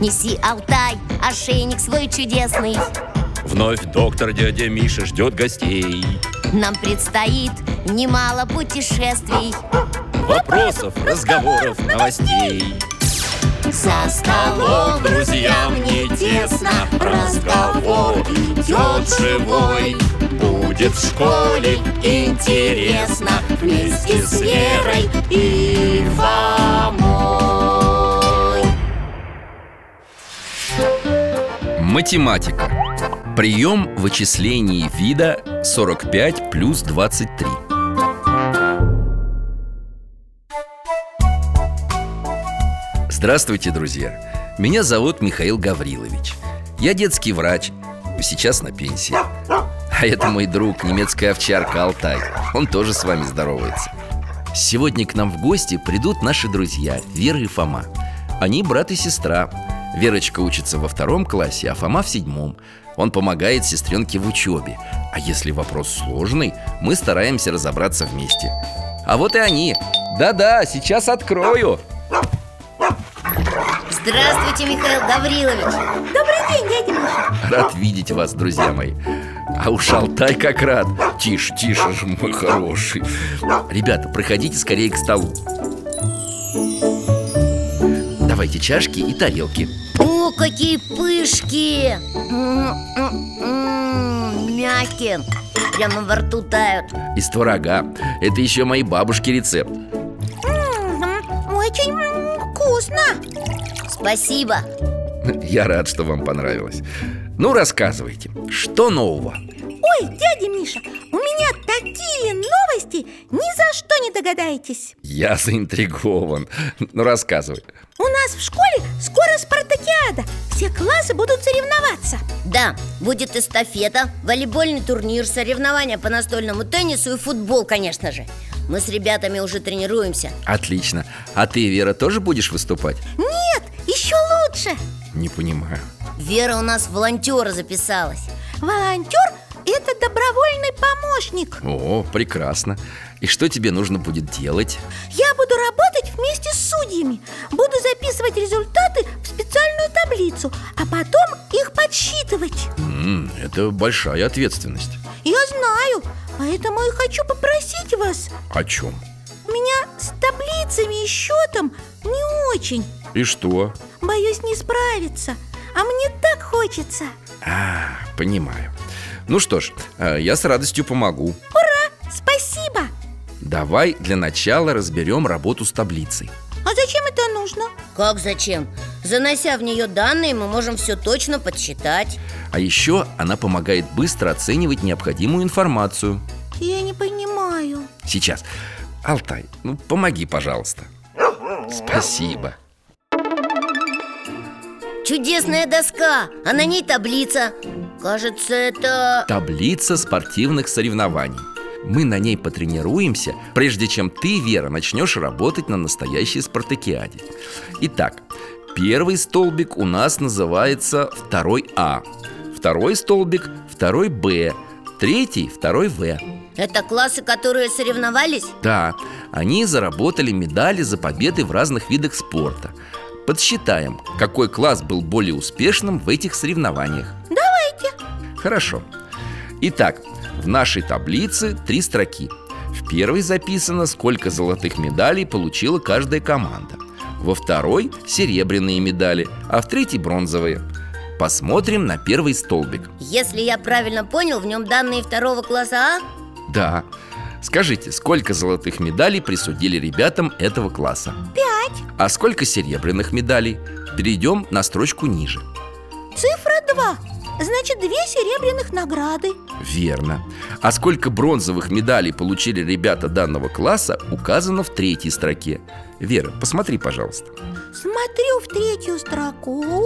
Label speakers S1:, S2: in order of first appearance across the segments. S1: Неси, Алтай, ошейник свой чудесный
S2: Вновь доктор дядя Миша ждет гостей
S1: Нам предстоит немало путешествий
S2: Вопросов, разговоров, новостей
S1: За столом, друзьям, не тесно Разговор идет живой
S2: Будет в школе интересно Вместе с Верой и Фомой
S3: Математика. Прием вычислений вида 45 плюс 23. Здравствуйте, друзья! Меня зовут Михаил Гаврилович. Я детский врач, сейчас на пенсии. А это мой друг, немецкая овчарка Алтай. Он тоже с вами здоровается. Сегодня к нам в гости придут наши друзья Вера и Фома. Они брат и сестра. Верочка учится во втором классе, а Фома в седьмом. Он помогает сестренке в учебе. А если вопрос сложный, мы стараемся разобраться вместе. А вот и они. Да-да, сейчас открою.
S1: Здравствуйте, Михаил Гаврилович
S4: Добрый день, дядя Миша
S3: Рад видеть вас, друзья мои А уж Алтай как рад Тише, тише ж, мой хороший Ребята, проходите скорее к столу Давайте чашки и тарелки
S1: О, какие пышки М-м-м, Мягкие Прямо во рту тают
S3: Из творога Это еще моей бабушки рецепт
S4: Мгм, М-м-м, Очень м, вкусно
S1: Спасибо
S3: Я рад, что вам понравилось Ну, рассказывайте, что нового?
S4: Ой, дядя Миша, у меня такие новости Ни за что не догадаетесь
S3: Я заинтригован Ну, рассказывай
S4: У нас в школе скоро спартакиада Все классы будут соревноваться
S1: Да, будет эстафета, волейбольный турнир, соревнования по настольному теннису и футбол, конечно же Мы с ребятами уже тренируемся
S3: Отлично А ты, Вера, тоже будешь выступать?
S4: Нет, еще лучше
S3: Не понимаю
S1: Вера у нас волонтера записалась
S4: Волонтер – это добровольный помощник
S3: О, прекрасно И что тебе нужно будет делать?
S4: Я буду работать вместе с судьями Буду записывать результаты в специальную таблицу А потом их подсчитывать
S3: М, Это большая ответственность
S4: Я знаю, поэтому и хочу попросить вас
S3: О чем?
S4: У меня с таблицами и счетом не очень
S3: И что?
S4: Боюсь не справиться А мне так хочется
S3: А, понимаю Ну что ж, э, я с радостью помогу
S4: Спасибо
S3: Давай для начала разберем работу с таблицей
S4: А зачем это нужно?
S1: Как зачем? Занося в нее данные, мы можем все точно подсчитать
S3: А еще она помогает быстро оценивать необходимую информацию
S4: Я не понимаю
S3: Сейчас Алтай, ну помоги, пожалуйста Спасибо
S1: Чудесная доска, а на ней таблица Кажется, это...
S3: Таблица спортивных соревнований мы на ней потренируемся, прежде чем ты, Вера, начнешь работать на настоящей спартакиаде Итак, первый столбик у нас называется второй А Второй столбик – второй Б Третий – второй В
S1: Это классы, которые соревновались?
S3: Да, они заработали медали за победы в разных видах спорта Подсчитаем, какой класс был более успешным в этих соревнованиях
S4: Давайте
S3: Хорошо. Итак, в нашей таблице три строки. В первой записано, сколько золотых медалей получила каждая команда. Во второй – серебряные медали, а в третьей – бронзовые. Посмотрим на первый столбик.
S1: Если я правильно понял, в нем данные второго класса А?
S3: Да. Скажите, сколько золотых медалей присудили ребятам этого класса?
S4: Пять
S3: А сколько серебряных медалей? Перейдем на строчку ниже.
S4: Цифра два Значит, две серебряных награды
S3: Верно. А сколько бронзовых медалей получили ребята данного класса, указано в третьей строке. Вера, посмотри, пожалуйста.
S4: Смотрю в третью строку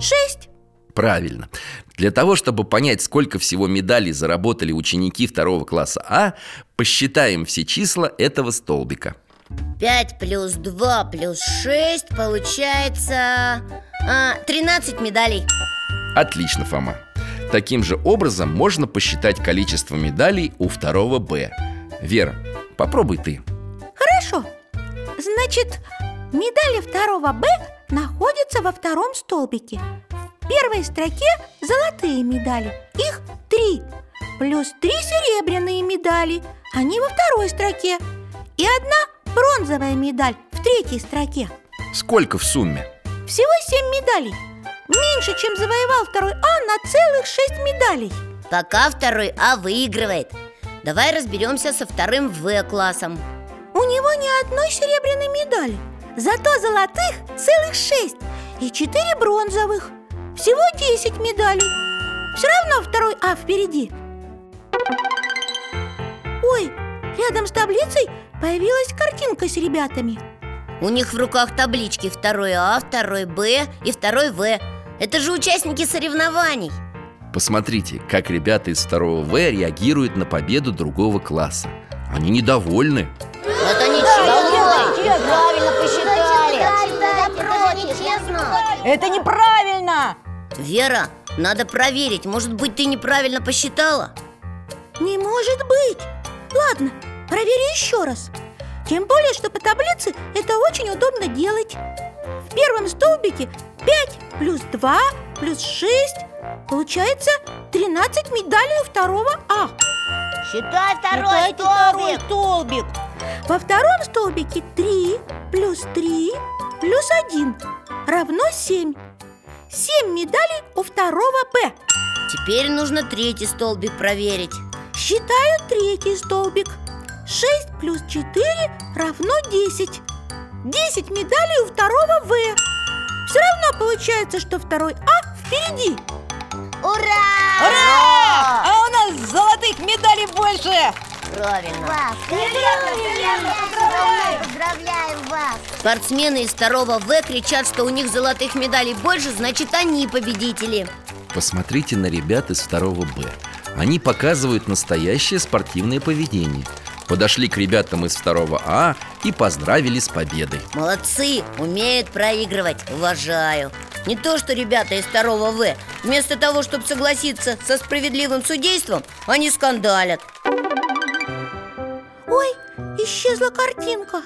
S4: Шесть
S3: Правильно. Для того, чтобы понять, сколько всего медалей заработали ученики второго класса А, посчитаем все числа этого столбика.
S1: 5 плюс 2 плюс 6 получается... а, 13 медалей
S3: Отлично, Фома. Таким же образом можно посчитать количество медалей у второго Б. Вера, попробуй ты.
S4: Хорошо Значит, медали второго Б находятся во втором столбике. В первой строке золотые медали. Их три. Плюс три серебряные медали. Они во второй строке. И одна бронзовая медаль в третьей строке.
S3: Сколько в сумме?
S4: Всего семь медалей. Меньше, чем завоевал второй А на целых шесть медалей.
S1: Пока второй А выигрывает Давай разберемся со вторым В классом
S4: У него ни одной серебряной медали Зато золотых целых шесть И четыре бронзовых Всего десять медалей Все равно второй А впереди Ой, рядом с таблицей появилась картинка с ребятами
S1: У них в руках таблички второй А, второй Б и второй В Это же участники соревнований
S3: Посмотрите, как ребята из второго В реагируют на победу другого класса. Они недовольны.
S1: Это ничего
S5: Правильно посчитали.
S6: Это неправильно!
S1: Вера, надо проверить, может быть ты неправильно посчитала?
S4: Не может быть! Ладно, проверю еще раз Тем более, что по таблице это очень удобно делать В первом столбике 5 плюс 2 плюс 6 Получается 13 медалей у второго А
S5: Считай второй
S6: Считайте второй
S5: столбик.
S6: столбик!
S4: Во втором столбике 3 плюс 3 плюс 1 равно 7 7 медалей у второго Б
S1: Теперь нужно третий столбик проверить
S4: Считаю третий столбик 6 плюс 4 равно 10 10 медалей у второго В Все равно получается, что второй А впереди
S5: Ура!
S6: Ура! А у нас золотых медалей больше!
S1: Правильно
S5: Вас! Поздравляем! Поздравляем вас!
S1: Спортсмены из второго В кричат, что у них золотых медалей больше, значит они победители
S3: Посмотрите на ребят из второго Б. Они показывают настоящее спортивное поведение. Подошли к ребятам из второго А и поздравили с победой.
S1: Молодцы, умеют проигрывать, уважаю Не то, что ребята из второго В Вместо того, чтобы согласиться со справедливым судейством, они скандалят
S4: Ой, исчезла картинка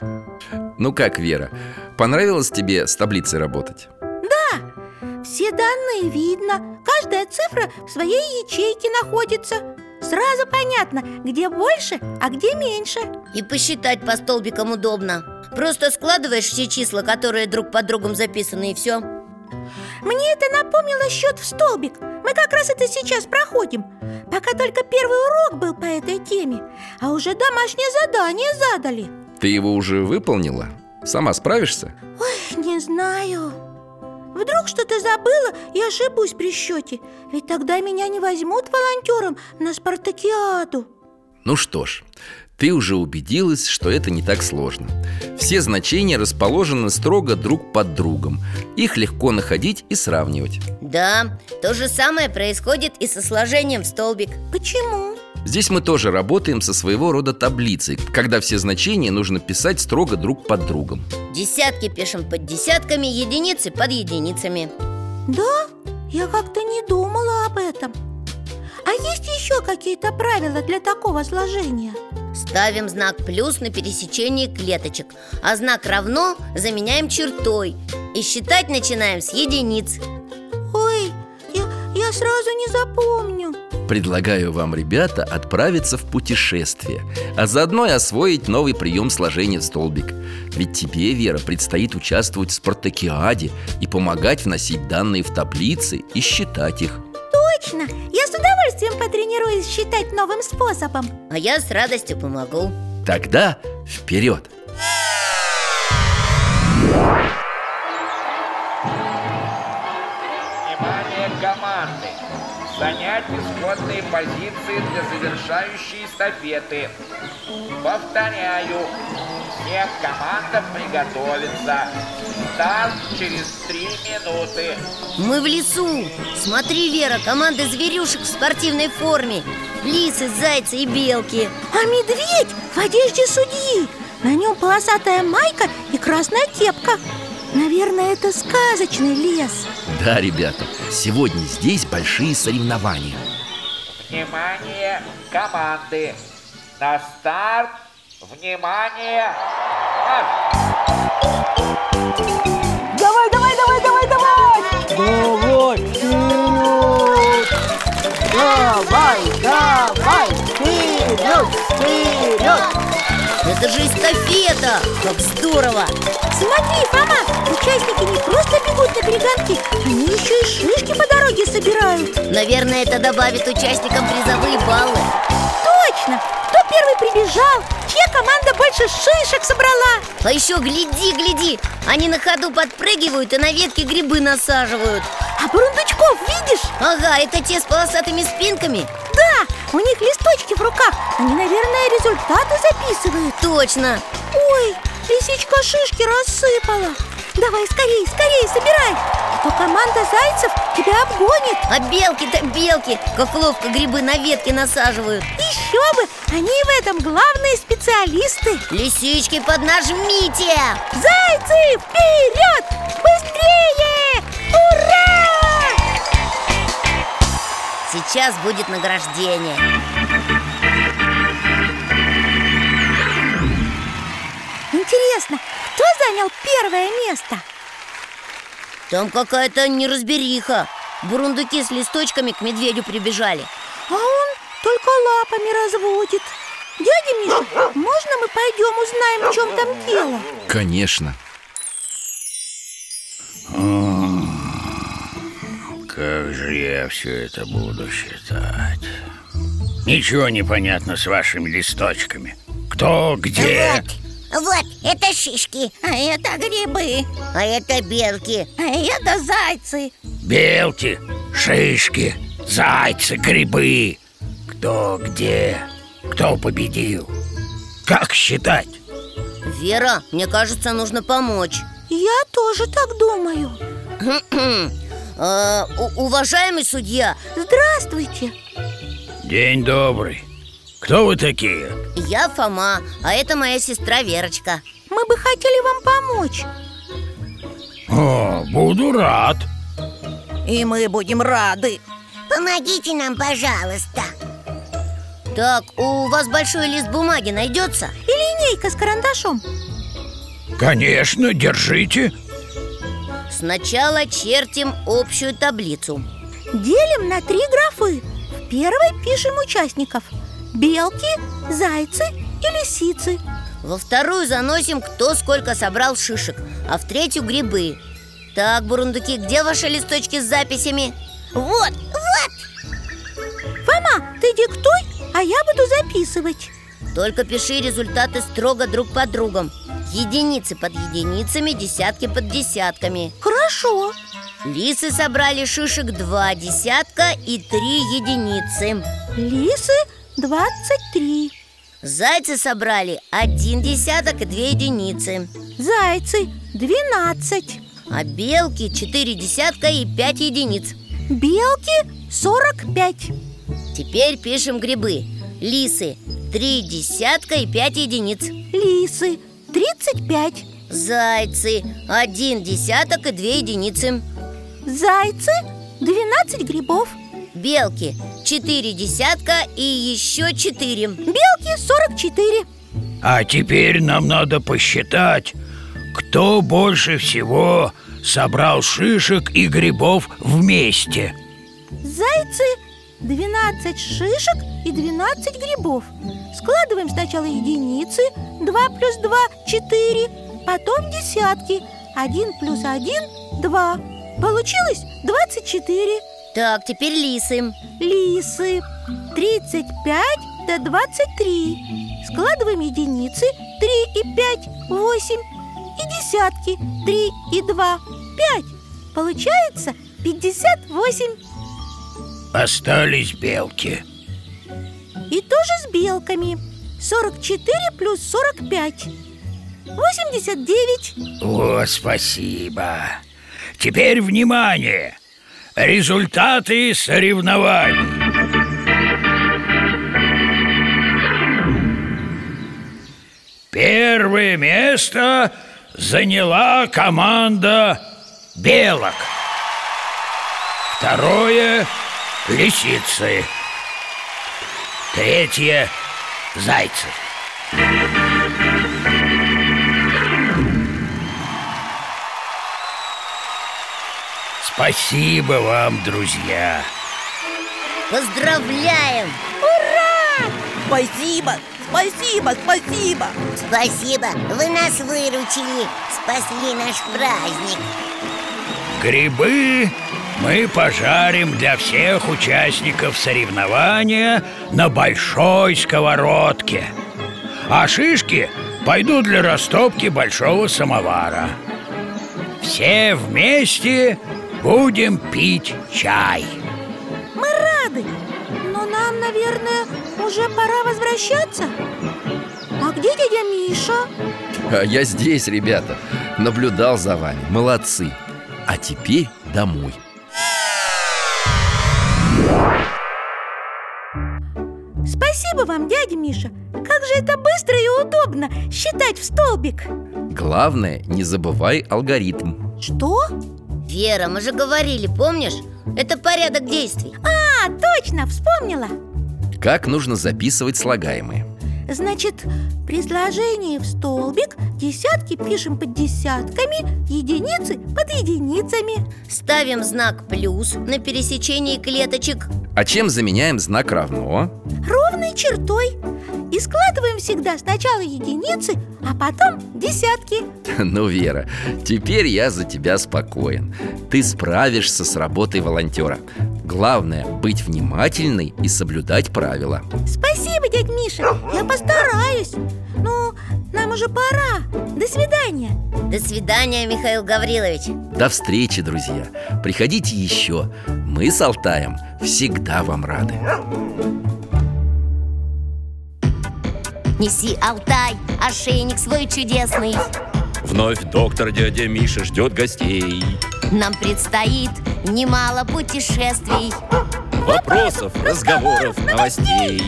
S3: Ну как, Вера, понравилось тебе с таблицей работать?
S4: Все данные видно Каждая цифра в своей ячейке находится Сразу понятно, где больше, а где меньше
S1: И посчитать по столбикам удобно Просто складываешь все числа, которые друг под другом записаны, и все
S4: Мне это напомнило счет в столбик Мы как раз это сейчас проходим Пока только первый урок был по этой теме А уже домашнее задание задали
S3: Ты его уже выполнила? Сама справишься?
S4: Ой, не знаю Вдруг что-то забыла и ошибусь при счете Ведь тогда меня не возьмут волонтером на спартакиаду
S3: Ну что ж, ты уже убедилась, что это не так сложно. Все значения расположены строго друг под другом. Их легко находить и сравнивать.
S1: Да, то же самое происходит и со сложением в столбик
S4: Почему?
S3: Здесь мы тоже работаем со своего рода таблицей, когда все значения нужно писать строго друг под другом.
S1: Десятки пишем под десятками, единицы под единицами
S4: Да, я как-то не думала об этом А есть еще какие-то правила для такого сложения?
S1: Ставим знак плюс на пересечении клеточек А знак равно заменяем чертой И считать начинаем с единиц
S4: Ой, я, я сразу не запомню
S3: Предлагаю вам, ребята, отправиться в путешествие, а заодно и освоить новый прием сложения в столбик. Ведь тебе, Вера, предстоит участвовать в спартакиаде и помогать вносить данные в таблицы и считать их.
S4: Точно! Я с удовольствием потренируюсь считать новым способом
S1: А я с радостью помогу
S3: Тогда вперед!
S7: Внимание команды! Занять исходные позиции для завершающей эстафеты. Повторяю, всех командам приготовиться. Старт через три минуты.
S1: Мы в лесу Смотри, Вера, команда зверюшек в спортивной форме Лисы, зайцы и белки
S4: А медведь в одежде судьи На нем полосатая майка и красная кепка Наверное, это сказочный лес
S3: Да, ребята, сегодня здесь большие соревнования.
S7: Внимание команды! На старт! Внимание! Марш!
S6: Давай, давай, давай!
S1: это же эстафета! Как здорово!
S4: Смотри, мама, участники не просто бегут на перегонки Они еще и шишки по дороге собирают
S1: Наверное, это добавит участникам призовые баллы
S4: Точно! Кто первый прибежал? Чья команда больше шишек собрала?
S1: А еще гляди, гляди! Они на ходу подпрыгивают и на ветки грибы насаживают
S4: А бурундучков видишь?
S1: Ага, это те с полосатыми спинками?
S4: Да, у них листочки в руках Они, наверное, результаты записывают
S1: Точно!
S4: Ой, лисичка шишки рассыпала Давай скорей, скорей, собирай а То команда зайцев тебя обгонит
S1: А белки-то белки, как ловко грибы на ветки насаживают
S4: Еще бы, они в этом главные специалисты
S1: Лисички, поднажмите!
S4: Зайцы, вперед! Быстрее! Ура!
S1: Сейчас будет награждение
S4: Интересно, кто занял первое место?
S1: Там какая-то неразбериха Бурундуки с листочками к медведю прибежали
S4: А он только лапами разводит Дядя Миша, можно мы пойдем узнаем, в чем там дело?
S3: Конечно
S8: Как же я все это буду считать? Ничего не понятно с вашими листочками. Кто, где?
S5: Вот, это шишки,
S4: А это грибы,
S1: А это белки
S4: а это зайцы
S8: Белки, шишки, зайцы, грибы. Кто, где? Кто победил? Как считать?
S1: Вера, мне кажется, нужно помочь
S4: Я тоже так думаю
S1: Э, у- Уважаемый судья,
S4: Здравствуйте
S8: День добрый. Кто вы такие?
S1: я Фома, а это моя сестра Верочка
S4: Мы бы хотели вам помочь
S8: О, буду рад.
S6: И мы будем рады.
S5: помогите нам, пожалуйста
S1: Так, у вас большой лист бумаги найдется?
S4: И линейка с карандашом
S8: Конечно, держите.
S1: Сначала чертим общую таблицу
S4: Делим на три графы В первой пишем участников Белки, зайцы и лисицы
S1: Во вторую заносим, кто сколько собрал шишек А в третью грибы Так, бурундуки, где ваши листочки с записями? Вот!
S4: Фома, ты диктуй, а я буду записывать
S1: Только пиши результаты строго друг под другом Единицы под единицами, десятки под десятками
S4: Хорошо
S1: Лисы собрали шишек два десятка и три единицы
S4: Лисы 23
S1: Зайцы собрали один десяток и две единицы
S4: Зайцы 12
S1: А белки четыре десятка и пять единиц
S4: Белки 45
S1: Теперь пишем грибы Лисы три десятка и пять единиц
S4: Лисы 35
S1: Зайцы один десяток и две единицы
S4: Зайцы 12 грибов
S1: Белки четыре десятка и еще четыре
S4: Белки 44
S8: А теперь нам надо посчитать, кто больше всего собрал шишек и грибов вместе.
S4: Зайцы 12 шишек и 12 грибов Складываем сначала единицы 2 плюс 2 – 4 Потом десятки 1 плюс 1 – 2 Получилось 24
S1: Так, теперь лисы
S4: Лисы 35 до 23 Складываем единицы 3 и 5 – 8 И десятки 3 и 2 – 5 Получается 58
S8: Остались белки.
S4: И тоже с белками 44 плюс 45 89
S8: О, спасибо. Теперь внимание! Результаты соревнований. Первое место заняла команда белок. Второе – лисицы. Третье – зайцы. Спасибо вам, друзья.
S1: Поздравляем!
S4: Ура!
S6: Спасибо, спасибо, спасибо
S5: Спасибо, вы нас выручили, спасли наш праздник.
S8: Грибы мы пожарим для всех участников соревнования на большой сковородке. А шишки пойдут для растопки большого самовара. Все вместе будем пить чай.
S4: Мы рады, но нам, наверное, уже пора возвращаться А где дядя Миша?
S3: А я здесь, ребята, наблюдал за вами, молодцы А теперь домой
S4: Спасибо вам, дядя Миша Как же это быстро и удобно считать в столбик
S3: Главное, не забывай алгоритм
S4: Что?
S1: Вера, мы же говорили, помнишь? Это порядок действий
S4: А, точно, вспомнила
S3: Как нужно записывать слагаемые
S4: Значит, при сложении в столбик десятки пишем под десятками, единицы под единицами
S1: Ставим знак «плюс» на пересечении клеточек
S3: А чем заменяем знак равно?
S4: ровной чертой И складываем всегда сначала единицы, а потом десятки
S3: Ну, Вера, теперь я за тебя спокоен Ты справишься с работой волонтера Главное, быть внимательной и соблюдать правила
S4: Спасибо, дядь Миша, я постараюсь Ну, нам уже пора, до свидания
S1: До свидания, Михаил Гаврилович
S3: До встречи, друзья Приходите еще Мы с Алтаем всегда вам рады
S5: Неси, Алтай, ошейник свой чудесный.
S2: Вновь доктор дядя Миша ждет гостей
S5: Нам предстоит немало путешествий.
S2: Вопросов, разговоров, новостей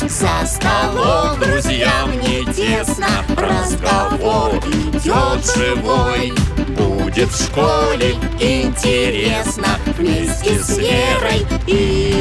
S5: За
S2: столом друзьям не тесно, разговор идет живой. Будет в школе интересно Вместе с Верой и